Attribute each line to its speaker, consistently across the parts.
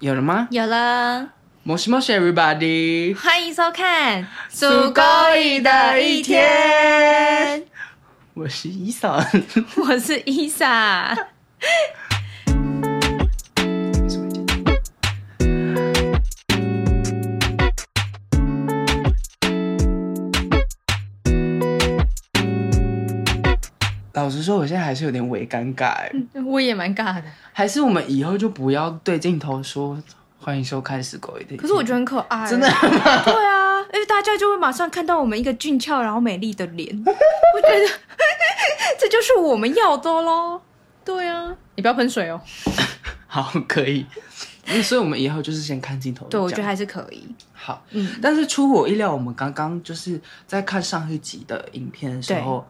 Speaker 1: 有了吗？
Speaker 2: 有了，
Speaker 1: もしもし everybody，
Speaker 2: 欢迎收看《
Speaker 1: 足够
Speaker 2: 一
Speaker 1: 的一天》，我是伊嫂。
Speaker 2: 我是伊莎。
Speaker 1: 老实说，我现在还是有点微尴尬欸，
Speaker 2: 我也蛮尬的，
Speaker 1: 还是我们以后就不要对镜头说欢迎收看《死狗一点》。
Speaker 2: 可是我觉得很可爱，
Speaker 1: 真的。
Speaker 2: 对啊，因为大家就会马上看到我们一个俊俏然后美丽的脸，我觉 得这就是我们要的喽。对啊，你不要喷水哦。
Speaker 1: 好可以，嗯所以我们以后就是先看镜头。
Speaker 2: 对，我
Speaker 1: 这
Speaker 2: 觉得
Speaker 1: 样
Speaker 2: 还是可以。
Speaker 1: 好。
Speaker 2: 嗯，
Speaker 1: 但是出乎我意料，我们刚刚就是在看上一集的影片的时候，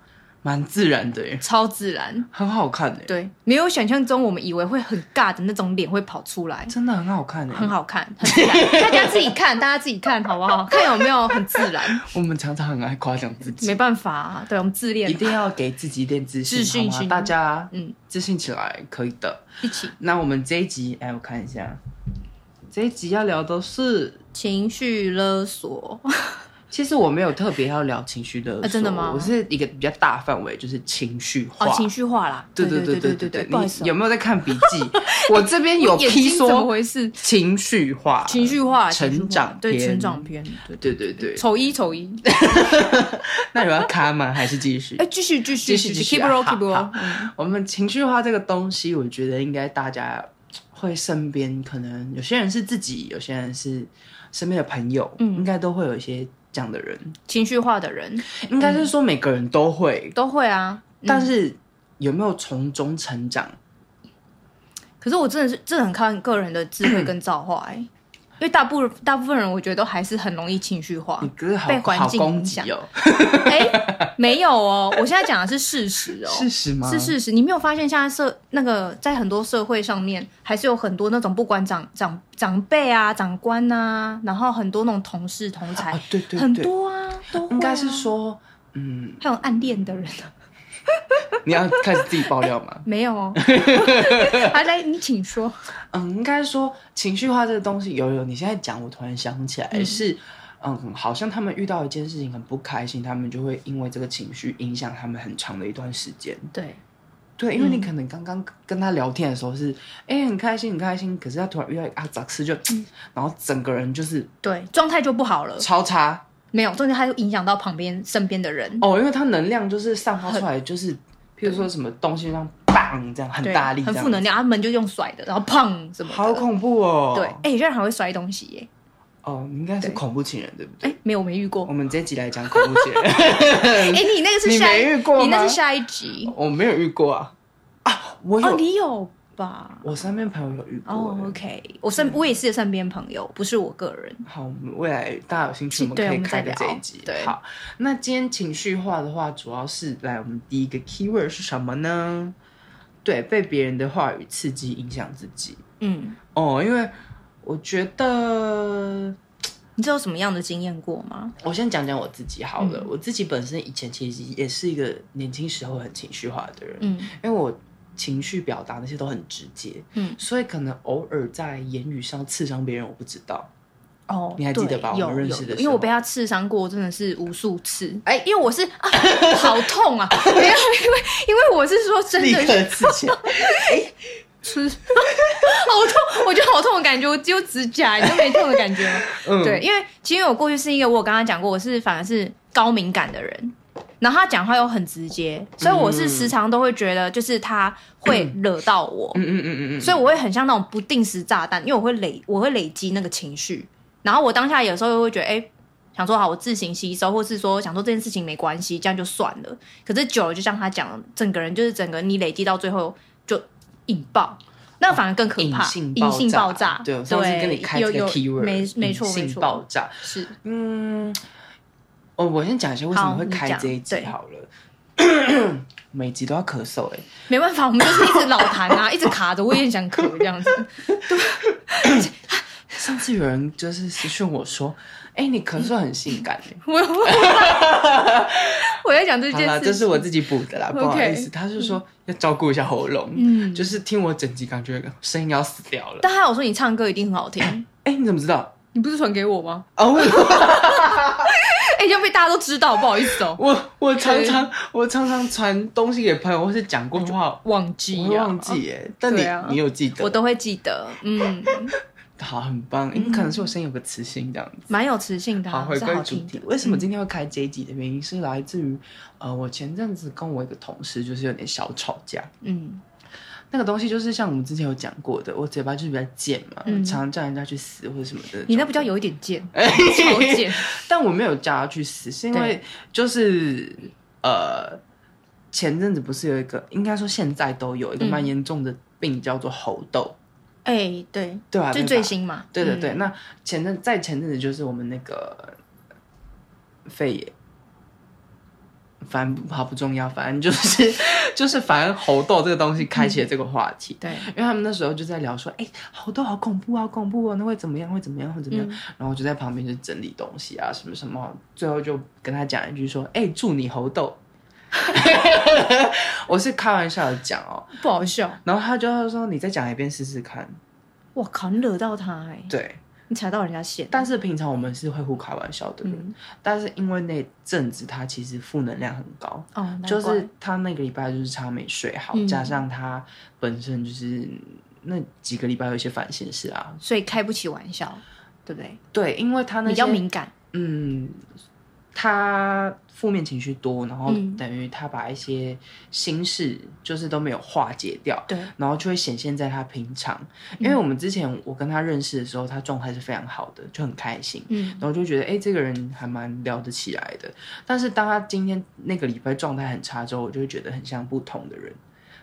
Speaker 1: 蛮自然的耶，
Speaker 2: 超自然。
Speaker 1: 很好看欸的，
Speaker 2: 对，没有想象中我们以为会很尬的那种脸会跑出来，
Speaker 1: 真的很好看欸的。
Speaker 2: 很好看，很自 然。大家自己看，大家自己看好不好？看有没有很自然。
Speaker 1: 我们常常很爱夸奖自己
Speaker 2: 没，办法、啊，对我们自恋
Speaker 1: 一定要给自己一点自信，
Speaker 2: 自信
Speaker 1: 好吗？
Speaker 2: 心
Speaker 1: 大家
Speaker 2: 嗯
Speaker 1: 自信起来，可以的。
Speaker 2: 一起
Speaker 1: 那我们这一集，哎，我看一下，这一集要聊的是，
Speaker 2: 情绪勒索，
Speaker 1: 其实我没有特别要聊情绪的、
Speaker 2: 啊真的吗
Speaker 1: 我是一个比较大范围，就是情绪化。
Speaker 2: 哦，情绪化啦，
Speaker 1: 对
Speaker 2: 对
Speaker 1: 对
Speaker 2: 对
Speaker 1: 对
Speaker 2: 对，不好意思
Speaker 1: 你
Speaker 2: 哦、
Speaker 1: 有没有在看笔记？ 我这边有
Speaker 2: 眼
Speaker 1: 批
Speaker 2: 睛怎么
Speaker 1: 说
Speaker 2: 回事？
Speaker 1: 情绪化，
Speaker 2: 情绪化，
Speaker 1: 成
Speaker 2: 情绪化
Speaker 1: 长
Speaker 2: 对
Speaker 1: 篇
Speaker 2: 成长篇，对
Speaker 1: 对对对。
Speaker 2: 丑一丑一，
Speaker 1: 那有要卡吗？还是继续
Speaker 2: 哎，？继续继
Speaker 1: 继
Speaker 2: 续
Speaker 1: 续继续
Speaker 2: keep roll
Speaker 1: 啊好
Speaker 2: keep roll，嗯
Speaker 1: 好我们情绪化这个东西，我觉得应该大家会身边，可能有些人是自己，有些人是身边的朋友，
Speaker 2: 嗯
Speaker 1: 应该都会有一些这样的人。
Speaker 2: 情绪化的人
Speaker 1: 应该是说每个人都会，
Speaker 2: 都会啊，嗯
Speaker 1: 但是有没有从中成长？
Speaker 2: 可是我真的是这很看个人的智慧跟造化 哎、因为大部大部分人我觉得都还是很容易情绪化
Speaker 1: 你，可是好
Speaker 2: 被环
Speaker 1: 好
Speaker 2: 境
Speaker 1: 攻
Speaker 2: 影
Speaker 1: 击
Speaker 2: 响
Speaker 1: 哦，
Speaker 2: 哎，没有哦，我现在讲的是事实哦，
Speaker 1: 事实吗？
Speaker 2: 是事实，你没有发现现在社那个在很多社会上面，还是有很多那种不管长长长辈啊、长官啊，然后很多那种同事同才，
Speaker 1: 啊，对对对，
Speaker 2: 很多啊，都会啊
Speaker 1: 应该是说，嗯，
Speaker 2: 还有暗恋的人、啊、
Speaker 1: 你要开始自己爆料吗？
Speaker 2: 没 有哦，还来你请说，
Speaker 1: 嗯，应该说情绪化这个东西，有有，你现在讲，我突然想起来、
Speaker 2: 嗯
Speaker 1: 是，嗯，好像他们遇到一件事情很不开心，他们就会因为这个情绪影响他们很长的一段时间。
Speaker 2: 对
Speaker 1: 对，因为你
Speaker 2: 嗯
Speaker 1: 可能刚刚跟他聊天的时候是，哎、很开心，很开心，可是他突然遇到一个阿杂事就，
Speaker 2: 嗯
Speaker 1: 然后整个人就是
Speaker 2: 对，状态就不好了，
Speaker 1: 超差
Speaker 2: 没有，重点还有影响到旁边身边的人，
Speaker 1: 哦，因为他能量就是散发出来，就是譬如说什么东西让棒这样很
Speaker 2: 对
Speaker 1: 大力，
Speaker 2: 很负能，量，他们就用甩的，然后砰什么的，
Speaker 1: 好恐怖哦。
Speaker 2: 对，哎、有些人还会摔东西耶，
Speaker 1: 哦，你应该是
Speaker 2: 对
Speaker 1: 恐怖情人对不对？
Speaker 2: 哎、没有，我没遇 过
Speaker 1: 我，们这一集来讲恐怖情人。
Speaker 2: 哎、你那个是
Speaker 1: 你
Speaker 2: 下一
Speaker 1: 没遇过吗
Speaker 2: 你那是下一集，
Speaker 1: 我没有遇过啊啊！我有，
Speaker 2: 哦，你有吧？
Speaker 1: 我身边朋友有遇过。
Speaker 2: 哦、o k 我身我也是身边朋友，不是我个人。
Speaker 1: 好，我们未来大家有兴趣，
Speaker 2: 是
Speaker 1: 我们
Speaker 2: 对
Speaker 1: 可以
Speaker 2: 我们
Speaker 1: 开
Speaker 2: 再
Speaker 1: 个
Speaker 2: 聊
Speaker 1: 这一集。
Speaker 2: 对
Speaker 1: 好，那今天情绪化的话，主要是来我们第一个 keyword 是什么呢？对，被别人的话语刺激影响自己。
Speaker 2: 嗯，
Speaker 1: 哦，因为我觉得，
Speaker 2: 你知道有什么样的经验过吗？
Speaker 1: 我先讲讲我自己好了。
Speaker 2: 嗯
Speaker 1: 我自己本身以前其实也是一个年轻时候很情绪化的人，
Speaker 2: 嗯
Speaker 1: 因为我情绪表达那些都很直接。
Speaker 2: 嗯，
Speaker 1: 所以可能偶尔在言语上刺伤别人，我不知道。
Speaker 2: 哦，
Speaker 1: 你还记得吧
Speaker 2: 对有
Speaker 1: 我们认识的时
Speaker 2: 有
Speaker 1: 候
Speaker 2: 因为我被他刺伤过，真的是无数次。哎、因为我是啊，好痛啊！没有，因为 因为我是说真
Speaker 1: 立
Speaker 2: 的
Speaker 1: 刻刺 青，
Speaker 2: 吃， 好痛，我觉得好痛的感觉，我只有指甲，你都没痛的感觉吗？
Speaker 1: 嗯，
Speaker 2: 对，，因为其实我过去是一个，我有跟他讲过，我是反而是高敏感的人，然后他讲话又很直接，所以我是时常都会觉得，就是他会惹到我，
Speaker 1: 嗯嗯嗯嗯嗯嗯，
Speaker 2: 所以我会很像那种不定时炸弹，因为我会累，我会累积那个情绪，然后我当下有时候又会觉得，哎、想说好，我自行吸收，或是说想说这件事情没关系，这样就算了。可是久了，就像他讲的，整个人就是整个你累积到最后就引爆，那反而更可
Speaker 1: 哦隐
Speaker 2: 怕，
Speaker 1: 性
Speaker 2: 隐性爆炸
Speaker 1: 炸。。对，我上次跟你开这
Speaker 2: 有
Speaker 1: 个
Speaker 2: 有
Speaker 1: keyword，
Speaker 2: 没没错
Speaker 1: 隐
Speaker 2: 没
Speaker 1: 性爆
Speaker 2: 错，
Speaker 1: 炸。
Speaker 2: 是
Speaker 1: 嗯，哦，我先讲一下为什么
Speaker 2: 好
Speaker 1: 会
Speaker 2: 你
Speaker 1: 开
Speaker 2: 讲
Speaker 1: 这一集
Speaker 2: 对
Speaker 1: 好了。 每集都要咳嗽哎、
Speaker 2: 没办法，我们就是一直老痰 啊，一直卡着，我也很想咳这样子。
Speaker 1: 上次有人 就是私讯我说，哎、你咳嗽很性感哎、
Speaker 2: 我我我在讲这
Speaker 1: 欸好
Speaker 2: 件
Speaker 1: 啦，
Speaker 2: 事情，
Speaker 1: 这是我自己补的啦，不好
Speaker 2: OK
Speaker 1: 意思。他是说要照顾一下喉咙，
Speaker 2: 嗯
Speaker 1: 就是听我整集感觉声音要死掉了。
Speaker 2: 但他有说你唱歌一定很好听，
Speaker 1: 哎，你怎么知道？
Speaker 2: 你不是传给我吗？
Speaker 1: 哦，我
Speaker 2: 哎、要被大家都知道，不好意思哦，
Speaker 1: 我 我常常我常常传东西给朋友，或是讲过话，
Speaker 2: 忘记、
Speaker 1: 我
Speaker 2: 啊，
Speaker 1: 会忘，记耶。但你
Speaker 2: 对啊
Speaker 1: 你有记得？
Speaker 2: 我都会记得，嗯，
Speaker 1: 好，很棒。因为可能是我声音有个磁性这样子。
Speaker 2: 蛮有磁性的、
Speaker 1: 好，
Speaker 2: 啊，
Speaker 1: 回
Speaker 2: 是好嗯
Speaker 1: 归主
Speaker 2: 听
Speaker 1: 题
Speaker 2: 的，。
Speaker 1: 为什么今天会开这一集的原因是来自于，呃，我前阵子跟我一个同事就是有点小吵架，
Speaker 2: 嗯
Speaker 1: 那个东西就是像我们之前有讲过的，我嘴巴就是比较贱嘛，
Speaker 2: 嗯
Speaker 1: 常常叫人家去死或者什么的。
Speaker 2: 你那不叫有一点贱，
Speaker 1: 哎，
Speaker 2: 超 贱，
Speaker 1: 但我没有叫他去死，是因为就是呃，前阵子不是有一个，应该说现在都有一个
Speaker 2: 嗯
Speaker 1: 蛮严重的病叫做猴痘，
Speaker 2: 哎、对，
Speaker 1: 对吧、啊？
Speaker 2: 就
Speaker 1: 对吧
Speaker 2: 最。新嘛，
Speaker 1: 对对
Speaker 2: 嗯
Speaker 1: 对，，那前阵在前阵子就是我们那个呃肺炎。反正好不重要，反正就是 就是反正猴痘这个东西开启了这个话题，
Speaker 2: 对，
Speaker 1: 因为他们那时候就在聊说，哎、好多好恐怖啊，好恐怖哦，那会怎么样？会怎么样？会怎么样？
Speaker 2: 嗯
Speaker 1: 然后我就在旁边就整理东西啊，什么什么，最后就跟他讲一句说，哎、祝你猴痘。 我是开玩笑的讲哦，
Speaker 2: 不好笑，
Speaker 1: 然后他就他说你再讲一遍试试看，
Speaker 2: 我靠，你惹到他哎、
Speaker 1: 对。
Speaker 2: 你踩到人 家线，
Speaker 1: 但是平常我们是会互开玩笑的人，
Speaker 2: 嗯，
Speaker 1: 但是因为那阵子他其实负能量很高，
Speaker 2: 哦，难怪
Speaker 1: 就是他那个礼拜就是差没睡好，
Speaker 2: 嗯
Speaker 1: 加上他本身就是那几个礼拜有一些烦心事啊，
Speaker 2: 所以开不起玩笑，对不对？
Speaker 1: 对，因为他那
Speaker 2: 比较
Speaker 1: 些
Speaker 2: 敏感，
Speaker 1: 嗯，他负面情绪多，然后
Speaker 2: 嗯
Speaker 1: 等于他把一些心事就是都没有化解掉，
Speaker 2: 对，嗯
Speaker 1: 然后就会显现在他平常。因为我们之前我跟他认识的时候，他状态是非常好的，就很开心。
Speaker 2: 嗯
Speaker 1: 然后就觉得，哎、这个人还蛮聊得起来的。但是当他今天那个礼拜状态很差之后，我就会觉得很像不同的人。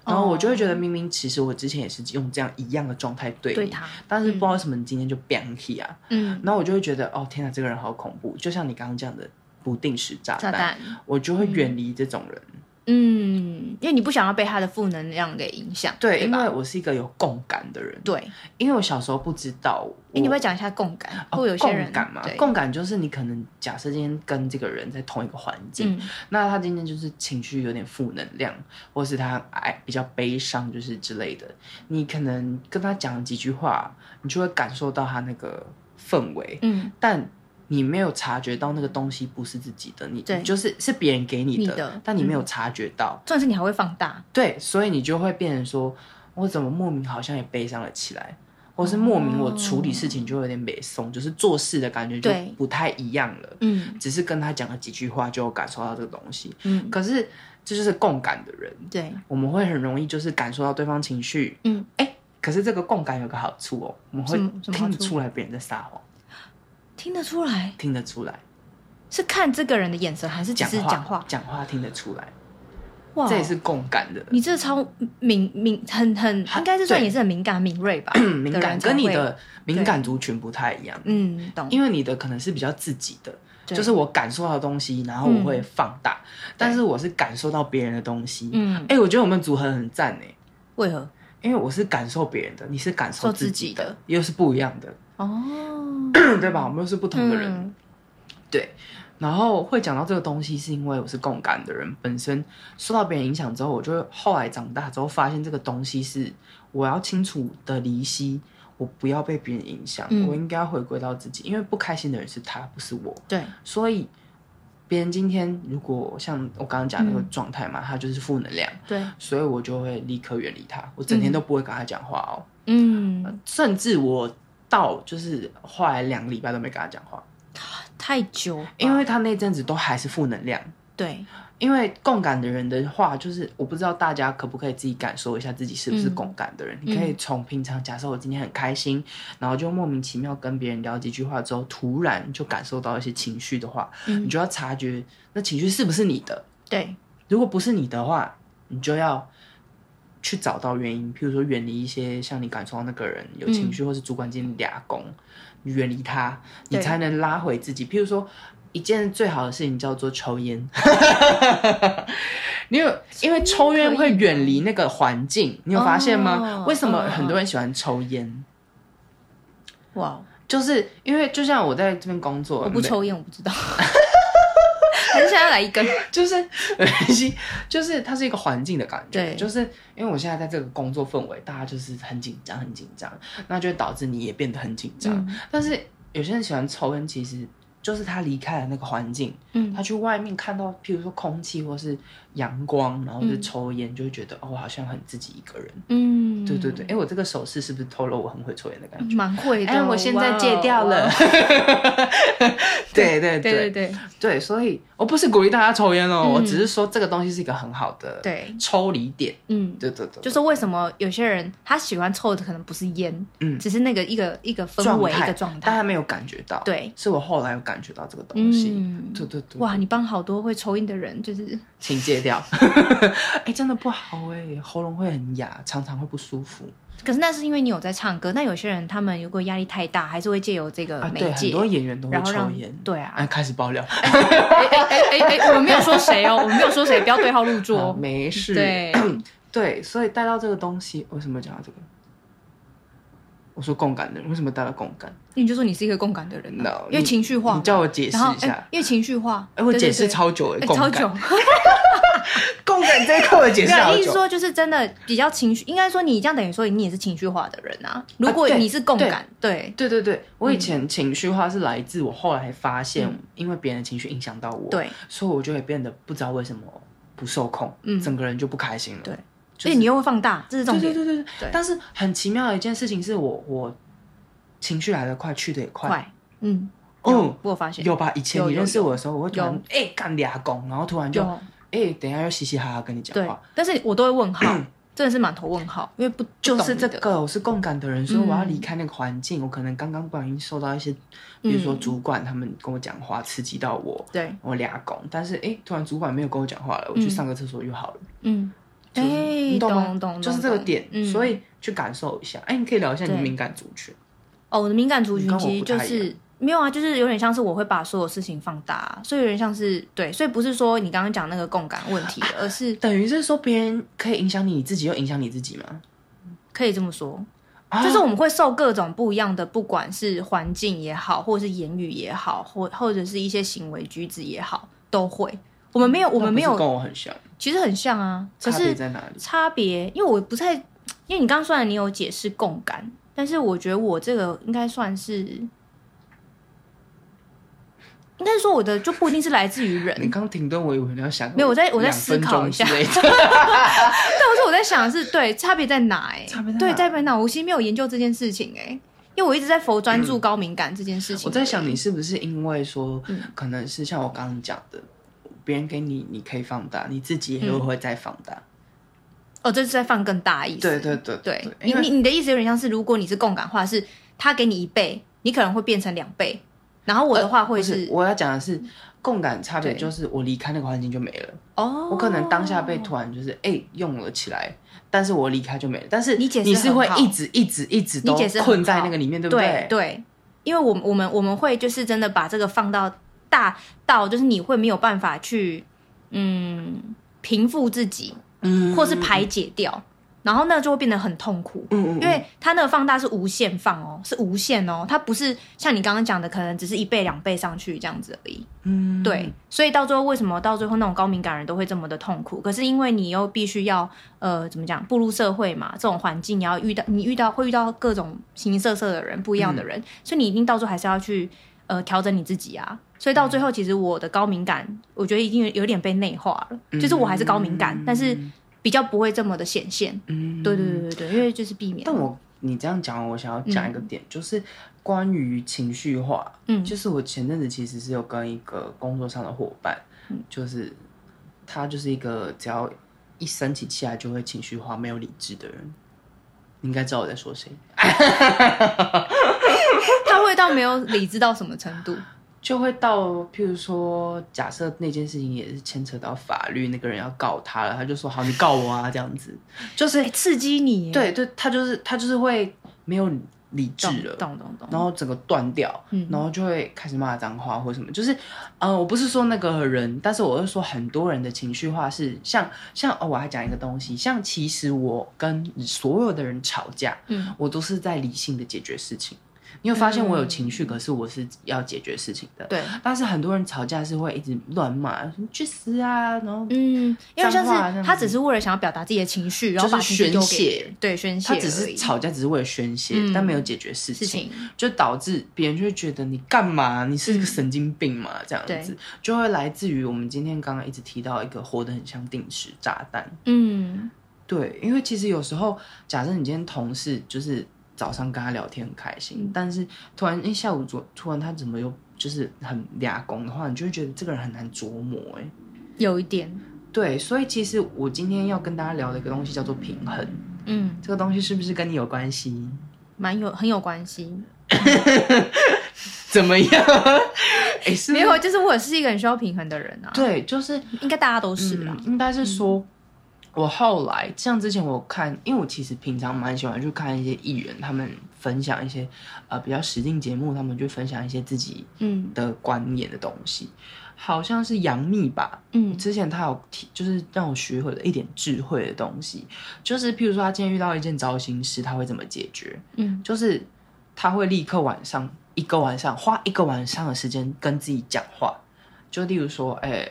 Speaker 1: 然后我就会觉得，明明其实我之前也是用这样一样的状态对你，
Speaker 2: 哦对他，
Speaker 1: 但是不知道为什么你今天就变气啊。
Speaker 2: 嗯，
Speaker 1: 然后我就会觉得，哦，天哪，这个人好恐怖，就像你刚刚讲的不定时炸
Speaker 2: 炸
Speaker 1: 弹，
Speaker 2: 弹，
Speaker 1: 我就会远离这种人。
Speaker 2: 嗯，因为你不想要被他的负能量给影响，
Speaker 1: 对，因
Speaker 2: 吧
Speaker 1: 为我是一个有共感的人，
Speaker 2: 对，哎、
Speaker 1: 因为我小时候不知道我，
Speaker 2: 你会讲一下共感，
Speaker 1: 哦
Speaker 2: 会有些人
Speaker 1: 共感嘛
Speaker 2: 对，，
Speaker 1: 共感就是你可能假设今天跟这个人在同一个环境，
Speaker 2: 嗯
Speaker 1: 那他今天就是情绪有点负能量，或是他哎比较悲伤，就是之类的，你可能跟他讲几句话，你就会感受到他那个氛围，
Speaker 2: 嗯，
Speaker 1: 但你没有察觉到那个东西不是自己的，你
Speaker 2: 对
Speaker 1: 你就是是别人给你的，
Speaker 2: 你的嗯
Speaker 1: 但你没有察觉到，
Speaker 2: 重点是你还会放大，
Speaker 1: 对，所以你就会变成说，我怎么莫名好像也悲伤了起来，或是莫名我处理事情就有点美松，就是做事的感觉就
Speaker 2: 对
Speaker 1: 不太一样了。
Speaker 2: 嗯
Speaker 1: 只是跟他讲了几句话，就有感受到这个东西。
Speaker 2: 嗯，
Speaker 1: 可是这就是共感的人，
Speaker 2: 对，
Speaker 1: 我们会很容易就是感受到对方情绪。
Speaker 2: 嗯，
Speaker 1: 可是这个共感有个好处哦，我们会
Speaker 2: 什么什么好
Speaker 1: 听得
Speaker 2: 处
Speaker 1: 出来别人在撒谎，
Speaker 2: 听得出来
Speaker 1: 听得出来
Speaker 2: 是看这个人的眼神，还是只
Speaker 1: 讲
Speaker 2: 是
Speaker 1: 话
Speaker 2: 讲话？
Speaker 1: 讲话听得出来。
Speaker 2: 哇，
Speaker 1: 这也是共感的，
Speaker 2: 哦你这超敏敏很很，
Speaker 1: 很
Speaker 2: 应该是算
Speaker 1: 对，
Speaker 2: 也是很敏感敏锐 吧
Speaker 1: 嗯敏感
Speaker 2: 的人才会
Speaker 1: 跟你的敏感族群不太一样，
Speaker 2: 嗯懂，
Speaker 1: 因为你的可能是比较自己的，
Speaker 2: 对嗯
Speaker 1: 就是我感受到的东西，然后我会放大，但是我是感受到别人的东西。
Speaker 2: 嗯
Speaker 1: 哎、我觉得我们组合很赞哎、
Speaker 2: 为何
Speaker 1: 因为我是感受别人的，你是感受
Speaker 2: 受自
Speaker 1: 己
Speaker 2: 己
Speaker 1: 的，
Speaker 2: 的
Speaker 1: 又是不一样的，
Speaker 2: 哦，
Speaker 1: 对吧？我们又是不同的人，
Speaker 2: 嗯
Speaker 1: 对。然后会讲到这个东西，是因为我是共感的人，本身受到别人影响之后，我就会后来长大之后发现这个东西是我要清楚的离析，我不要被别人影响，
Speaker 2: 嗯
Speaker 1: 我应该回归到自己，因为不开心的人是他，不是我，
Speaker 2: 对，
Speaker 1: 所以。别人今天如果像我刚刚讲那个
Speaker 2: 嗯
Speaker 1: 状态嘛，他就是负能量，
Speaker 2: 对，
Speaker 1: 所以我就会立刻远离他，我整天都不会跟他讲话哦，
Speaker 2: 嗯，
Speaker 1: 甚至我到就是后来两个礼拜都没跟他讲话，
Speaker 2: 太久吧，
Speaker 1: 因为他那阵子都还是负能量，
Speaker 2: 对，
Speaker 1: 因为共感的人的话，就是我不知道大家可不可以自己感受一下自己是不是共感的人。你可以从平常，假设我今天很开心，然后就莫名其妙跟别人聊几句话之后，突然就感受到一些情绪的话，
Speaker 2: 嗯
Speaker 1: 你就要察觉那情绪是不是你的。
Speaker 2: 对，
Speaker 1: 如果不是你的话，你就要去找到原因，譬如说远离一些像你感受到那个人有情绪，或是主管今天俩工，你远离他，你
Speaker 2: 对
Speaker 1: 才能拉回自己。譬如说，一件最好的事情叫做抽烟， 你有因为抽烟会远离那个环境，你有发现吗？
Speaker 2: 哦
Speaker 1: 为什么
Speaker 2: 嗯嗯
Speaker 1: 很多人喜欢抽烟？
Speaker 2: 哇，
Speaker 1: 就是因为就像我在这边工作，
Speaker 2: 我不抽烟，我不知道，还是现在来一根？
Speaker 1: 就是 没关系，就是它是一个环境的感觉，
Speaker 2: 对
Speaker 1: 就是因为我现在在这个工作氛围，大家就是很紧张，很紧张，那就会导致你也变得很紧张。
Speaker 2: 嗯
Speaker 1: 但是有些人喜欢抽烟，其实就是他离开了那个环境，
Speaker 2: 嗯
Speaker 1: 他去外面看到，譬如说空气或是阳光，然后就
Speaker 2: 嗯
Speaker 1: 抽烟，就会觉得哦，我好像很自己一个人。
Speaker 2: 嗯，
Speaker 1: 对对对，哎、我这个手势是不是透露我很会抽烟的感觉？
Speaker 2: 蛮会的。哦
Speaker 1: 哎，我现在戒掉
Speaker 2: 哇
Speaker 1: 了
Speaker 2: 哦。
Speaker 1: 对对
Speaker 2: 对对
Speaker 1: 对
Speaker 2: 对
Speaker 1: 对，所以我不是鼓励大家抽烟哦，
Speaker 2: 嗯
Speaker 1: 我只是说这个东西是一个很好的
Speaker 2: 对，
Speaker 1: 抽离点。
Speaker 2: 嗯，
Speaker 1: 对对对，
Speaker 2: 就是为什么有些人他喜欢抽的可能不是烟，
Speaker 1: 嗯
Speaker 2: 只是那个一个一个氛
Speaker 1: 状
Speaker 2: 围一
Speaker 1: 态
Speaker 2: 个状
Speaker 1: 大
Speaker 2: 态。
Speaker 1: 家没有感觉到，，
Speaker 2: 对，
Speaker 1: 是我后来有感觉到这个东西。
Speaker 2: 嗯，
Speaker 1: 对对对，
Speaker 2: 哇，你帮好多会抽烟的人，就是
Speaker 1: 请戒掉。 哎、真的不好哎、喉咙会很哑，常常会不舒服
Speaker 2: 可是那是因为你有在唱歌，那有些人他们如果压力太大，还是会借由这个
Speaker 1: 啊。
Speaker 2: 媒
Speaker 1: 对，很
Speaker 2: 介，
Speaker 1: 多演员都会
Speaker 2: 然后
Speaker 1: 抽
Speaker 2: 让
Speaker 1: 烟。
Speaker 2: 对啊，
Speaker 1: 哎，开始 爆料，
Speaker 2: 哎哎哎哎，我们没有说谁哦，我们没有说谁，不要对号入座
Speaker 1: 啊
Speaker 2: 哦。
Speaker 1: 没事。
Speaker 2: 对，
Speaker 1: 对，所以带到这个东西，为什么讲到这个？我说共感的人，为什么带到共感？
Speaker 2: 你就说你是一个共感的人啊
Speaker 1: No，，
Speaker 2: 因为情绪化
Speaker 1: 你，叫我解释
Speaker 2: 然后
Speaker 1: 一
Speaker 2: 哎
Speaker 1: 下，。
Speaker 2: 因为情绪化，
Speaker 1: 哎，我
Speaker 2: 对对
Speaker 1: 解释
Speaker 2: 对
Speaker 1: 超久哎，
Speaker 2: 哎
Speaker 1: 共
Speaker 2: 超
Speaker 1: 感
Speaker 2: 久，
Speaker 1: 共感这一块我解
Speaker 2: 没
Speaker 1: 释好
Speaker 2: 有，意思
Speaker 1: 久。
Speaker 2: 说就是真的比较情绪，应该说你这样等于说你也是情绪化的人啊。如果
Speaker 1: 对
Speaker 2: 你是共感，对
Speaker 1: 对对对，我以前情绪化是来自我后来发现，因为别人的情绪影响到我，，
Speaker 2: 对，
Speaker 1: 所以我就会变得不知道为什么不受控，
Speaker 2: 嗯
Speaker 1: 整个人就不开心了。
Speaker 2: 对
Speaker 1: 就
Speaker 2: 而且
Speaker 1: 是
Speaker 2: 你又会放大，这是重
Speaker 1: 对
Speaker 2: 点。
Speaker 1: 对对对
Speaker 2: 对
Speaker 1: 对。但是很奇妙的一件事情是我我情绪来得快，去得也快，
Speaker 2: 快，嗯，
Speaker 1: 嗯
Speaker 2: 有，我有发现
Speaker 1: 有吧？以前
Speaker 2: 有
Speaker 1: 你
Speaker 2: 有
Speaker 1: 认识
Speaker 2: 有
Speaker 1: 我的时候，我会突然哎干俩拱，然后突然就
Speaker 2: 有
Speaker 1: 哎等一下要嘻嘻哈哈跟你讲
Speaker 2: 对
Speaker 1: 话，，嗯
Speaker 2: 但是我都会问号，真的是满头问号，因为不
Speaker 1: 就是这，
Speaker 2: 不懂
Speaker 1: 个我是共感的人，所以我要
Speaker 2: 嗯
Speaker 1: 离开那个环境，我可能刚刚不小心受到一些，比如说
Speaker 2: 嗯
Speaker 1: 主管他们跟我讲话刺激到我，
Speaker 2: 你的对，
Speaker 1: 我俩拱，但是哎突然主管没有跟我讲话了，我去
Speaker 2: 嗯
Speaker 1: 上个厕所就好了。
Speaker 2: 嗯，
Speaker 1: 就是
Speaker 2: 哎，
Speaker 1: 你懂吗？
Speaker 2: 懂懂，
Speaker 1: 就是这个点，
Speaker 2: 嗯
Speaker 1: 所以去感受一下。哎、你可以聊一下你的
Speaker 2: 对
Speaker 1: 敏感族群，
Speaker 2: 哦，我的敏感族
Speaker 1: 你
Speaker 2: 群
Speaker 1: 跟我
Speaker 2: 其实
Speaker 1: 不
Speaker 2: 就
Speaker 1: 太一
Speaker 2: 是没有啊，就是有点像是我会把所有事情放大、所以有点像是对，所以不是说你刚刚讲那个共感问题，而是
Speaker 1: 等于是说别人可以影响你，你自己又影响你自己吗？
Speaker 2: 可以这么说，
Speaker 1: 啊
Speaker 2: 就是我们会受各种不一样的，不管是环境也好，或者是言语也好，或或者是一些行为举止也好，都会。我们没有，我们没
Speaker 1: 嗯那不是
Speaker 2: 有，
Speaker 1: 跟我很像，
Speaker 2: 其实很像啊，可
Speaker 1: 差别
Speaker 2: 是
Speaker 1: 在哪里？
Speaker 2: 差别，因为我不太，因为你刚刚虽然你有解释共感，但是我觉得我这个应该算是，应该说我的就不一定是来自于人，
Speaker 1: 你刚停顿，我以为你要想
Speaker 2: 没有我在我在思考一下
Speaker 1: 两分钟之类的
Speaker 2: 但我是我在想的是对差别在哪、欸？
Speaker 1: 差别在哪
Speaker 2: 对差别在哪？我其实没有研究这件事情哎、因为我一直在佛专注高敏感这件事情。
Speaker 1: 我在想，你是不是因为说
Speaker 2: 嗯，
Speaker 1: 可能是像我刚刚讲的，别人给你，你可以放大，你自己又会再放大。
Speaker 2: 哦，这是在放更大的意思。
Speaker 1: 对对对
Speaker 2: 嗯对你
Speaker 1: 因为
Speaker 2: 你你的意思有点像是，如果你是共感化，是他给你一倍，你可能会变成两倍，然后我的话会
Speaker 1: 不
Speaker 2: 是,、
Speaker 1: 是我要讲的是共感差别，
Speaker 2: 对
Speaker 1: 就是我离开那个环境就没了。
Speaker 2: 哦，
Speaker 1: 呃我可能当下被突然就是哎、用了起来，但是我离开就没了。但是
Speaker 2: 你解释
Speaker 1: 你是会
Speaker 2: 很好
Speaker 1: 一直一直一直
Speaker 2: 你
Speaker 1: 都
Speaker 2: 解释很
Speaker 1: 困在
Speaker 2: 好
Speaker 1: 那个里面，对不
Speaker 2: 对
Speaker 1: 对？
Speaker 2: 对，因为我们我们我们会就是真的把这个放到大到，就是你会没有办法去嗯平复自己，
Speaker 1: 嗯
Speaker 2: 或是排解掉，然后那就会变得很痛苦。
Speaker 1: 嗯嗯，
Speaker 2: 因为它那个放大是无限放哦，是无限哦，它不是像你刚刚讲的，可能只是一倍两倍上去这样子而已。
Speaker 1: 嗯
Speaker 2: 对，所以到最后为什么到最后那种高敏感人都会这么的痛苦？可是因为你又必须要呃怎么讲，步入社会嘛，这种环境你要遇到，你遇到会遇到各种形形色色的人，不一样的
Speaker 1: 嗯
Speaker 2: 人，所以你一定到最后还是要去呃调整你自己啊。所以到
Speaker 1: 嗯
Speaker 2: 最后，其实我的高敏感，我觉得已经有有点被内化了，
Speaker 1: 嗯
Speaker 2: 就是我还是高敏感，但是比较不会这么的显现。
Speaker 1: 嗯
Speaker 2: 对对对对对，因为就是避免。
Speaker 1: 但我你这样讲，我想要讲一个点，就是关于情绪化。
Speaker 2: 嗯
Speaker 1: 就是我前阵子其实是有跟一个工作上的伙伴，就是他就是一个只要一生起气来就会情绪化、没有理智的人。你应该知道我在说谁，
Speaker 2: 他会到没有理智到什么程度？
Speaker 1: 就会到，譬如说，假设那件事情也是牵扯到法律，那个人要告他了，他就说好，你告我啊，这样子， 就是
Speaker 2: 哎，刺激你耶，
Speaker 1: 对对，他就是他就是会没有理智
Speaker 2: 懂
Speaker 1: 了，
Speaker 2: 懂懂懂。
Speaker 1: 然后整个断掉，
Speaker 2: 嗯
Speaker 1: 然后就会开始骂脏话或什么，就是，呃，我不是说那个人，但是我是说很多人的情绪化是像像哦，我还讲一个东西，像其实我跟所有的人吵架，
Speaker 2: 嗯
Speaker 1: 我都是在理性的解决事情，你有发现我有情绪，可是我是要解决事情的。
Speaker 2: 对，
Speaker 1: 但是很多人吵架是会一直乱骂，什么去死啊，然后
Speaker 2: 嗯，因为像
Speaker 1: 脏话这
Speaker 2: 是
Speaker 1: 样
Speaker 2: 他
Speaker 1: 子
Speaker 2: 只是为了想要表达自己的情绪，然后
Speaker 1: 就是
Speaker 2: 把情绪丢
Speaker 1: 宣
Speaker 2: 给
Speaker 1: 泄
Speaker 2: 人对宣泄
Speaker 1: 他
Speaker 2: 而已，
Speaker 1: 只是吵架，只是为了宣泄，
Speaker 2: 嗯
Speaker 1: 但没有解决事
Speaker 2: 事
Speaker 1: 情，
Speaker 2: 情，
Speaker 1: 就导致别人就会觉得你干嘛？你是个神经病嘛？这样子
Speaker 2: 对
Speaker 1: 就会来自于我们今天刚刚一直提到一个活得很像定时炸弹。
Speaker 2: 嗯
Speaker 1: 对，因为其实有时候，假设你今天同事就是早上跟他聊天很开心，
Speaker 2: 嗯
Speaker 1: 但是突然一下午突突然他怎么又就是很俩工的话，你就会觉得这个人很难琢磨哎、
Speaker 2: 有一点，
Speaker 1: 对，所以其实我今天要跟大家聊的一个东西叫做平衡，
Speaker 2: 嗯，
Speaker 1: 这个东西是不是跟你有关系？
Speaker 2: 蛮有很有关系。
Speaker 1: 怎么样？ 哎、是不
Speaker 2: 没
Speaker 1: 是
Speaker 2: 有，就是我也是一个很需要平衡的人啊，
Speaker 1: 对，就是
Speaker 2: 应该大家都是啦
Speaker 1: 嗯。应该是说，我后来像之前我看，因为我其实平常蛮喜欢去看一些艺人，他们分享一些呃比较时令节目，他们就分享一些自己
Speaker 2: 嗯
Speaker 1: 的观念的东西。好像是杨幂吧，
Speaker 2: 嗯
Speaker 1: 之前她有提，就是让我学会了一点智慧的东西，就是譬如说，她今天遇到一件糟心事，她会怎么解决？
Speaker 2: 嗯
Speaker 1: 就是他会立刻晚上一个晚上花一个晚上的时间跟自己讲话，就例如说，哎、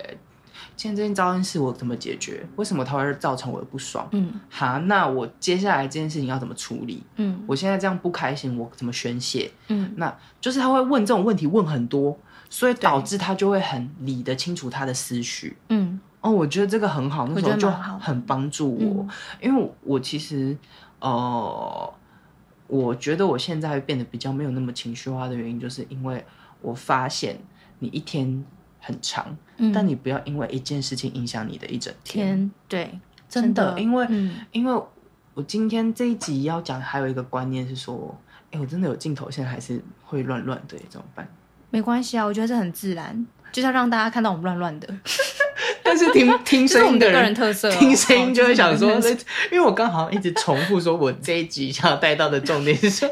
Speaker 1: 今天这件糟心事我怎么解决？为什么它会造成我的不爽？
Speaker 2: 嗯
Speaker 1: 好，那我接下来这件事情要怎么处理？
Speaker 2: 嗯
Speaker 1: 我现在这样不开心，我怎么宣泄？
Speaker 2: 嗯，
Speaker 1: 那就是他会问这种问题，问很多，所以导致他就会很理得清楚他的思绪。
Speaker 2: 嗯
Speaker 1: 哦，我觉得这个很好，那
Speaker 2: 我
Speaker 1: 时
Speaker 2: 觉
Speaker 1: 候
Speaker 2: 得
Speaker 1: 就
Speaker 2: 蛮好的
Speaker 1: 很帮助我，
Speaker 2: 嗯
Speaker 1: 因为我其实呃，我觉得我现在变得比较没有那么情绪化的原因，就是因为我发现你一天很长，
Speaker 2: 嗯，
Speaker 1: 但你不要因为一件事情影响你的一整天，
Speaker 2: 天对，
Speaker 1: 真的，
Speaker 2: 真的
Speaker 1: 因为、
Speaker 2: 嗯
Speaker 1: 因为我今天这一集要讲还有一个观念是说，哎，我真的有镜头，现在还是会乱乱的，怎么办？
Speaker 2: 没关系啊，我觉得这很自然，就是要让大家看到我们乱乱的，
Speaker 1: 但是听听
Speaker 2: 这是
Speaker 1: 声
Speaker 2: 我
Speaker 1: 音
Speaker 2: 们
Speaker 1: 的
Speaker 2: 的个
Speaker 1: 人
Speaker 2: 人特色哦。
Speaker 1: 听声音就会想说
Speaker 2: 哦，这是我们的个人特色
Speaker 1: 因为我刚好一直重复说，我这一集想要带到的重点是 说，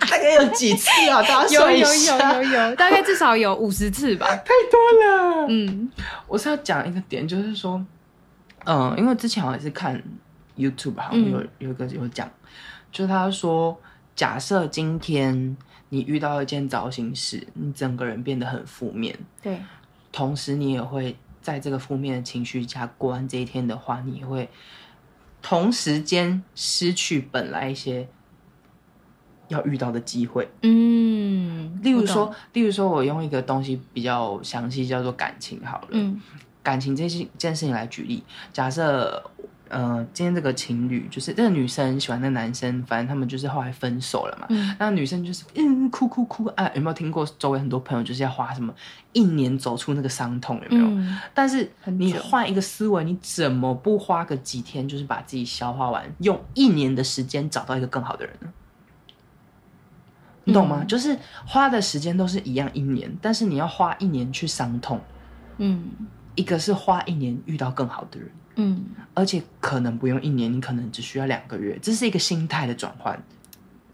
Speaker 1: 大概有几次啊？大家
Speaker 2: 有
Speaker 1: 算 一
Speaker 2: 有
Speaker 1: 下，
Speaker 2: 有有有，大概至少有五十次吧。
Speaker 1: 太多了。
Speaker 2: 嗯
Speaker 1: 我是要讲一个点，就是说，嗯、因为之前我也是看 YouTube，好像
Speaker 2: 嗯
Speaker 1: 有有一个有讲，就是他说，假设今天你遇到一件糟心事，你整个人变得很负面，
Speaker 2: 对，
Speaker 1: 同时你也会在这个负面的情绪下过完这一天的话，你也会同时间失去本来一些要遇到的机会。
Speaker 2: 嗯，
Speaker 1: 例如
Speaker 2: 我懂
Speaker 1: 说，，例如说我用一个东西比较详细叫做感情好了，
Speaker 2: 嗯
Speaker 1: 感情这件件事情来举例，假设。呃，今天这个情侣就是这个女生喜欢那个男生，反正他们就是后来分手了嘛。
Speaker 2: 嗯
Speaker 1: 那女生就是嗯哭哭哭啊，有没有听过周围很多朋友就是要花什么一年走出那个伤痛，有没有？
Speaker 2: 嗯，
Speaker 1: 但是
Speaker 2: 很
Speaker 1: 你
Speaker 2: 久
Speaker 1: 换一个思维，你怎么不花个几天，就是把自己消化完，用一年的时间找到一个更好的人呢？你懂吗？
Speaker 2: 嗯
Speaker 1: 就是花的时间都是一样一年，但是你要花一年去伤痛，
Speaker 2: 嗯
Speaker 1: 一个是花一年遇到更好的人，
Speaker 2: 嗯，
Speaker 1: 而且可能不用一年，你可能只需要两个月，这是一个心态的转换。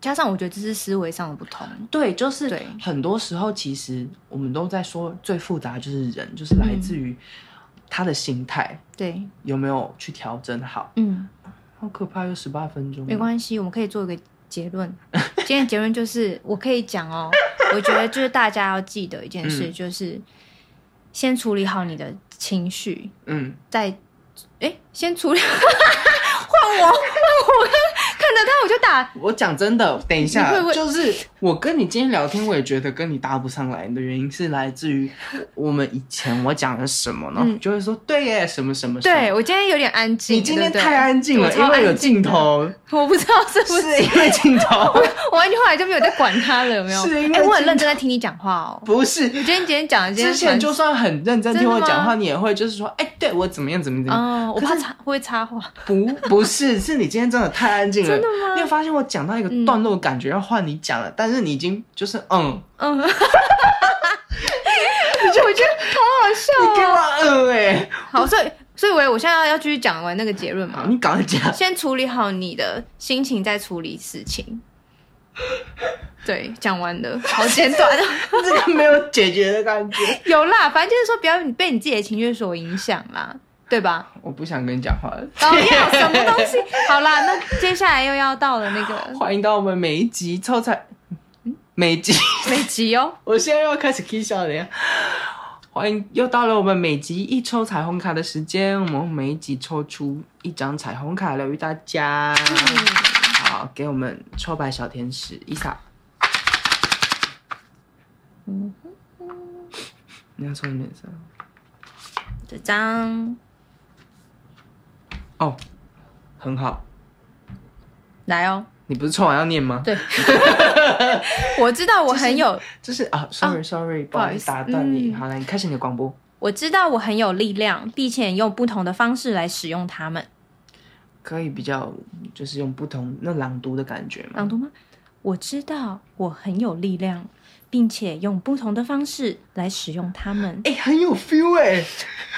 Speaker 2: 加上我觉得这是思维上的不同。
Speaker 1: 对，就是
Speaker 2: 对
Speaker 1: 很多时候，其实我们都在说最复杂就是人，就是来自于他的心态、
Speaker 2: 对，
Speaker 1: 有没有去调整好。
Speaker 2: 嗯，
Speaker 1: 好可怕，有十八分钟。
Speaker 2: 没关系，我们可以做一个结论。今天的结论就是，我可以讲哦，我觉得就是大家要记得一件事，
Speaker 1: 嗯
Speaker 2: 就是先处理好你的情绪，
Speaker 1: 嗯，
Speaker 2: 再哎，先处理。换我，换我，看着他我就打。
Speaker 1: 我讲真的，等一下
Speaker 2: 你会不，会
Speaker 1: 就是我跟你今天聊天，我也觉得跟你搭不上来的原因是来自于我们以前我讲了什么呢？
Speaker 2: 嗯
Speaker 1: 就会说对耶，什么什么什么。
Speaker 2: 对我今天有点安静，
Speaker 1: 你今天
Speaker 2: 对不对
Speaker 1: 太安静了，
Speaker 2: 我超
Speaker 1: 因为有
Speaker 2: 安静
Speaker 1: 镜头，
Speaker 2: 我不知道是不是
Speaker 1: 是因为镜头，
Speaker 2: 我完全后来就没有在管他了，有没有？
Speaker 1: 是因为
Speaker 2: 哎、我
Speaker 1: 今
Speaker 2: 很认真在听你讲话哦。
Speaker 1: 不是
Speaker 2: 我。觉得你今天讲的今天
Speaker 1: 之前就算很认真听我讲
Speaker 2: 真的
Speaker 1: 话，
Speaker 2: 吗
Speaker 1: 你也会就是说，哎、对我怎么样怎么样怎么样。
Speaker 2: 哦，我
Speaker 1: 可是
Speaker 2: 怕插会不会插 话，
Speaker 1: 不，不是，是你今天真的太安静了。
Speaker 2: 真的吗
Speaker 1: 你有发现我讲到一个
Speaker 2: 嗯
Speaker 1: 段落，感觉要换你讲了，但是你已经就是嗯，
Speaker 2: 嗯， 我觉
Speaker 1: 你给
Speaker 2: 得好好笑
Speaker 1: 我
Speaker 2: 哦。
Speaker 1: 嗯哎、
Speaker 2: 好，所以所以我我现在要继续讲完那个结论
Speaker 1: 好，
Speaker 2: 嘛，
Speaker 1: 你赶快讲。
Speaker 2: 先处理好你的心情，再处理事情。对，讲完了，好简短 哦。
Speaker 1: 这个没有解决的感觉。
Speaker 2: 有啦，反正就是说，不要被你自己的情绪所影响啦，对吧？
Speaker 1: 我不想跟你讲话了。
Speaker 2: 哦，要什么东西？好啦，那接下来又要到了那个
Speaker 1: 欢迎到我们每一集抽彩，每集，
Speaker 2: 每集哦，
Speaker 1: 我现在又要开始 K 笑了呀！欢迎又到了我们每集一抽彩虹卡的时间，我们每一集抽出一张彩虹卡留给大家。嗯好，给我们抽白小天使伊萨。
Speaker 2: 嗯
Speaker 1: 你要抽你脸色
Speaker 2: 这张
Speaker 1: 哦，很好。
Speaker 2: 来哦，
Speaker 1: 你不是抽完要念吗？
Speaker 2: 对，我知道我很有，
Speaker 1: 就是啊，sorry sorry，、不好意思
Speaker 2: 不好
Speaker 1: 打
Speaker 2: 意思
Speaker 1: 断你。
Speaker 2: 嗯
Speaker 1: 好了，你开始你的广播。
Speaker 2: 我知道我很有力量，并且用不同的方式来使用它们。
Speaker 1: 可以比较，就是用不同那朗读的感觉嘛。
Speaker 2: 朗读吗？我知道我很有力量，并且用不同的方式来使用它们。
Speaker 1: 哎、很有 feel 哎、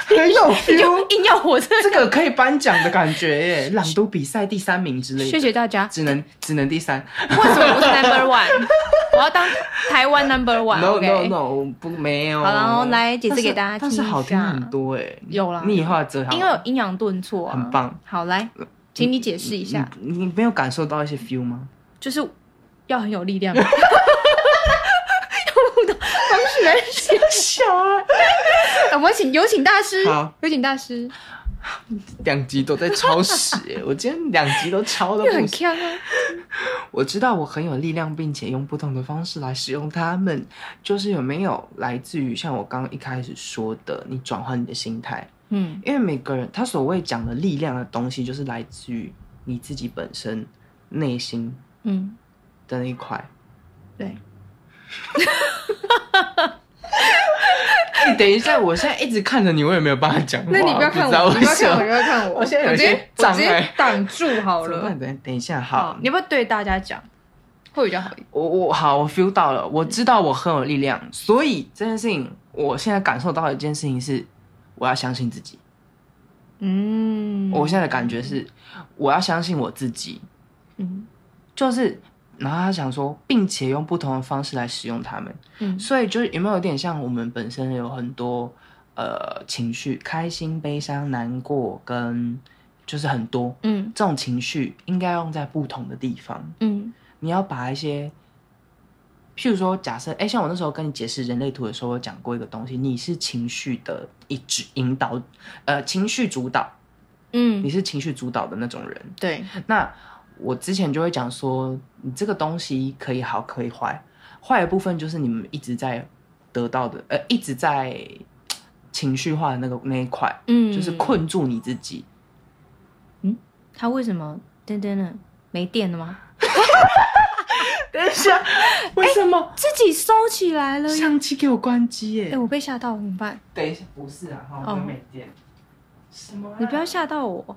Speaker 1: 很 有 feel，
Speaker 2: 硬要哎我这，
Speaker 1: 这个可以颁奖的感觉耶、朗读比赛第三名之类
Speaker 2: 谢
Speaker 1: 的，
Speaker 2: 谢大家。
Speaker 1: 只能只能第三。
Speaker 2: 为什么不是 number one？我 要当台湾 number
Speaker 1: No no
Speaker 2: one，OK？
Speaker 1: no，我不没有。
Speaker 2: 好啦我来解释给大家
Speaker 1: 但是但是
Speaker 2: 听一
Speaker 1: 好听
Speaker 2: 下
Speaker 1: 很多哎、
Speaker 2: 有啦
Speaker 1: 你以后要这
Speaker 2: 因为有阴阳顿挫啊，
Speaker 1: 很棒。
Speaker 2: 好，来，请你解释一下，
Speaker 1: 你你没有感受到一些 feel 吗？
Speaker 2: 就是要很有力量。用不同方式来写，
Speaker 1: 笑啊！
Speaker 2: 我们请有请大师
Speaker 1: 好，
Speaker 2: 有请大师，
Speaker 1: 两集都在抄屎、欸，我今天两集都抄的
Speaker 2: 这很
Speaker 1: 不行。
Speaker 2: 强啊！
Speaker 1: 我知道我很有力量，并且用不同的方式来使用它们，就是有没有来自于像我刚刚一开始说的，你转换你的心态，
Speaker 2: 嗯
Speaker 1: 因为每个人他所谓讲的力量的东西，就是来自于你自己本身内心
Speaker 2: 嗯，
Speaker 1: 的那一 块。
Speaker 2: 对，
Speaker 1: 哎、等一下，我现在一直看着你，我也没有办法讲话。
Speaker 2: 那你不要看
Speaker 1: 我
Speaker 2: 我，你不要看
Speaker 1: 知道为
Speaker 2: 我，你
Speaker 1: 什么
Speaker 2: 不要看我，
Speaker 1: 我现在有
Speaker 2: 我直
Speaker 1: 些
Speaker 2: 接我直
Speaker 1: 障
Speaker 2: 接
Speaker 1: 碍
Speaker 2: 挡住好
Speaker 1: 怎么
Speaker 2: 了
Speaker 1: 办。等等一下，好
Speaker 2: 好，，你要不要对大家讲，会比较好一点。
Speaker 1: 我我好，我 feel 到了，我知道我很有力量，所以这件事情，我现在感受到的一件事情是，我要相信自己。
Speaker 2: 嗯，
Speaker 1: 我现在的感觉是，我要相信我自己，
Speaker 2: 嗯
Speaker 1: 就是，然后他想说，并且用不同的方式来使用它们，
Speaker 2: 嗯
Speaker 1: 所以就是有没有有点像我们本身有很多呃情绪，开心、悲伤、难过，跟就是很多
Speaker 2: 嗯
Speaker 1: 这种情绪应该用在不同的地方，
Speaker 2: 嗯
Speaker 1: 你要把一些。譬如说，假设哎，像我那时候跟你解释人类图的时候，我讲过一个东西，你是情绪的一指引导，呃，情绪主导，你
Speaker 2: 嗯，
Speaker 1: 是情绪主导的那种人，
Speaker 2: 对，
Speaker 1: 那我之前就会讲说，你这个东西可以好，可以坏，坏的部分就是你们一直在得到的，呃，一直在嘖情绪化的那个那一块，
Speaker 2: 嗯，
Speaker 1: 就是困住你自己。
Speaker 2: 他为什么噔噔呢？没电了吗？
Speaker 1: 等一下， 为什么
Speaker 2: 自己收起来了呀！
Speaker 1: 相机给我关机耶
Speaker 2: 哎、我被吓到了，怎么办？
Speaker 1: 等一下，不是啊，哈，
Speaker 2: 哦
Speaker 1: 我没电。什么啊？
Speaker 2: 你不要吓到我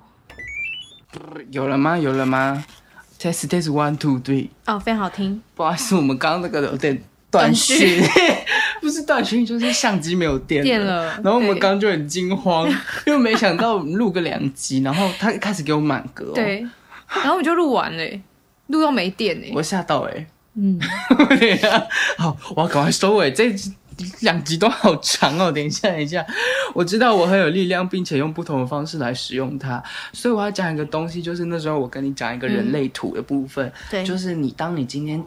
Speaker 1: 有了吗？有了吗？Test test one two three。
Speaker 2: 哦，非常好听。
Speaker 1: 不好意思，我们刚刚那个有点断讯， 不是断讯，就是相机没有电
Speaker 2: 电了
Speaker 1: 然后我们
Speaker 2: 对
Speaker 1: 刚刚就很惊慌，因为没想到我们录个两集，然后他一开始给我满格、哦，，
Speaker 2: 对，然后我们就录完了、欸录到没电欸嘞、
Speaker 1: 我吓到哎、
Speaker 2: 嗯，
Speaker 1: 欸，等一下，好，我要赶快收尾，这两集都好长哦。等一下，等一下，我知道我很有力量，并且用不同的方式来使用它，所以我要讲一个东西，就是那时候我跟你讲一个人类图的部分，
Speaker 2: 对，
Speaker 1: 就是你，当你今天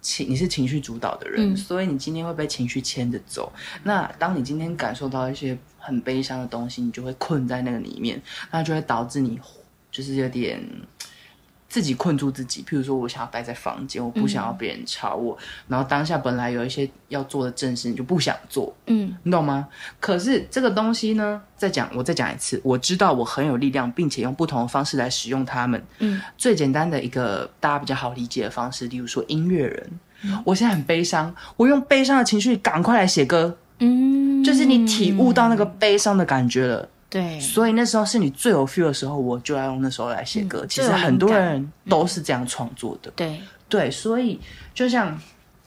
Speaker 1: 情你是情绪主导的人，
Speaker 2: 嗯
Speaker 1: 所以你今天会被情绪牵着走。那当你今天感受到一些很悲伤的东西，你就会困在那个里面，那就会导致你就是有点自己困住自己。譬如说，我想要待在房间，我不想要
Speaker 2: 嗯
Speaker 1: 别人吵我，然后当下本来有一些要做的正事，你就不想做，
Speaker 2: 嗯
Speaker 1: 你懂吗？可是这个东西呢，再讲，我再讲一次，我知道我很有力量，并且用不同的方式来使用它们。
Speaker 2: 嗯
Speaker 1: 最简单的一个大家比较好理解的方式，例如说音乐人。
Speaker 2: 嗯
Speaker 1: 我现在很悲伤，我用悲伤的情绪赶快来写歌，
Speaker 2: 嗯，
Speaker 1: 就是你体悟到那个悲伤的感觉了。
Speaker 2: 对，
Speaker 1: 所以那时候是你最有 feel 的时候，我就要用那时候来写歌。
Speaker 2: 嗯
Speaker 1: 其
Speaker 2: 最
Speaker 1: 实
Speaker 2: 有灵
Speaker 1: 很多
Speaker 2: 感嗯
Speaker 1: 人都是这样创作的，
Speaker 2: 对，
Speaker 1: 对。所以就像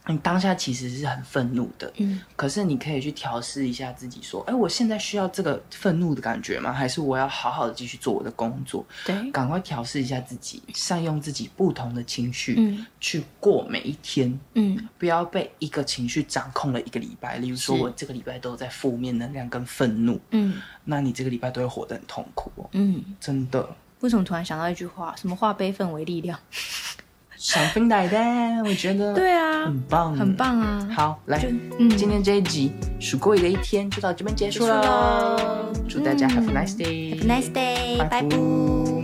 Speaker 1: 你当下其实是很愤怒的，
Speaker 2: 嗯
Speaker 1: 可是你可以去调试一下自己，说，哎，我现在需要这个愤怒的感觉吗？还是我要好好的继续做我的工作？
Speaker 2: 对，
Speaker 1: 赶快调试一下自己，善用自己不同的情绪、
Speaker 2: 嗯
Speaker 1: 去过每一天，
Speaker 2: 嗯
Speaker 1: 不要被一个情绪掌控了一个礼拜。例如说，
Speaker 2: 是
Speaker 1: 我这个礼拜都在负面能量跟愤怒，
Speaker 2: 嗯
Speaker 1: 那你这个礼拜都会活得很痛苦哦，
Speaker 2: 嗯，
Speaker 1: 真的。
Speaker 2: 为什么突然想到一句话？什么化悲愤为力量？
Speaker 1: something like that，我觉得
Speaker 2: 对啊，
Speaker 1: 很棒，
Speaker 2: 很。棒啊！
Speaker 1: 嗯好，来
Speaker 2: 就，嗯，
Speaker 1: 今天这一集数过瘾的一天就到这边结束
Speaker 2: 结束
Speaker 1: 了
Speaker 2: 喽，
Speaker 1: 祝大家 have a nice
Speaker 2: Have a
Speaker 1: day，nice
Speaker 2: nice day，拜
Speaker 1: 拜
Speaker 2: 拜。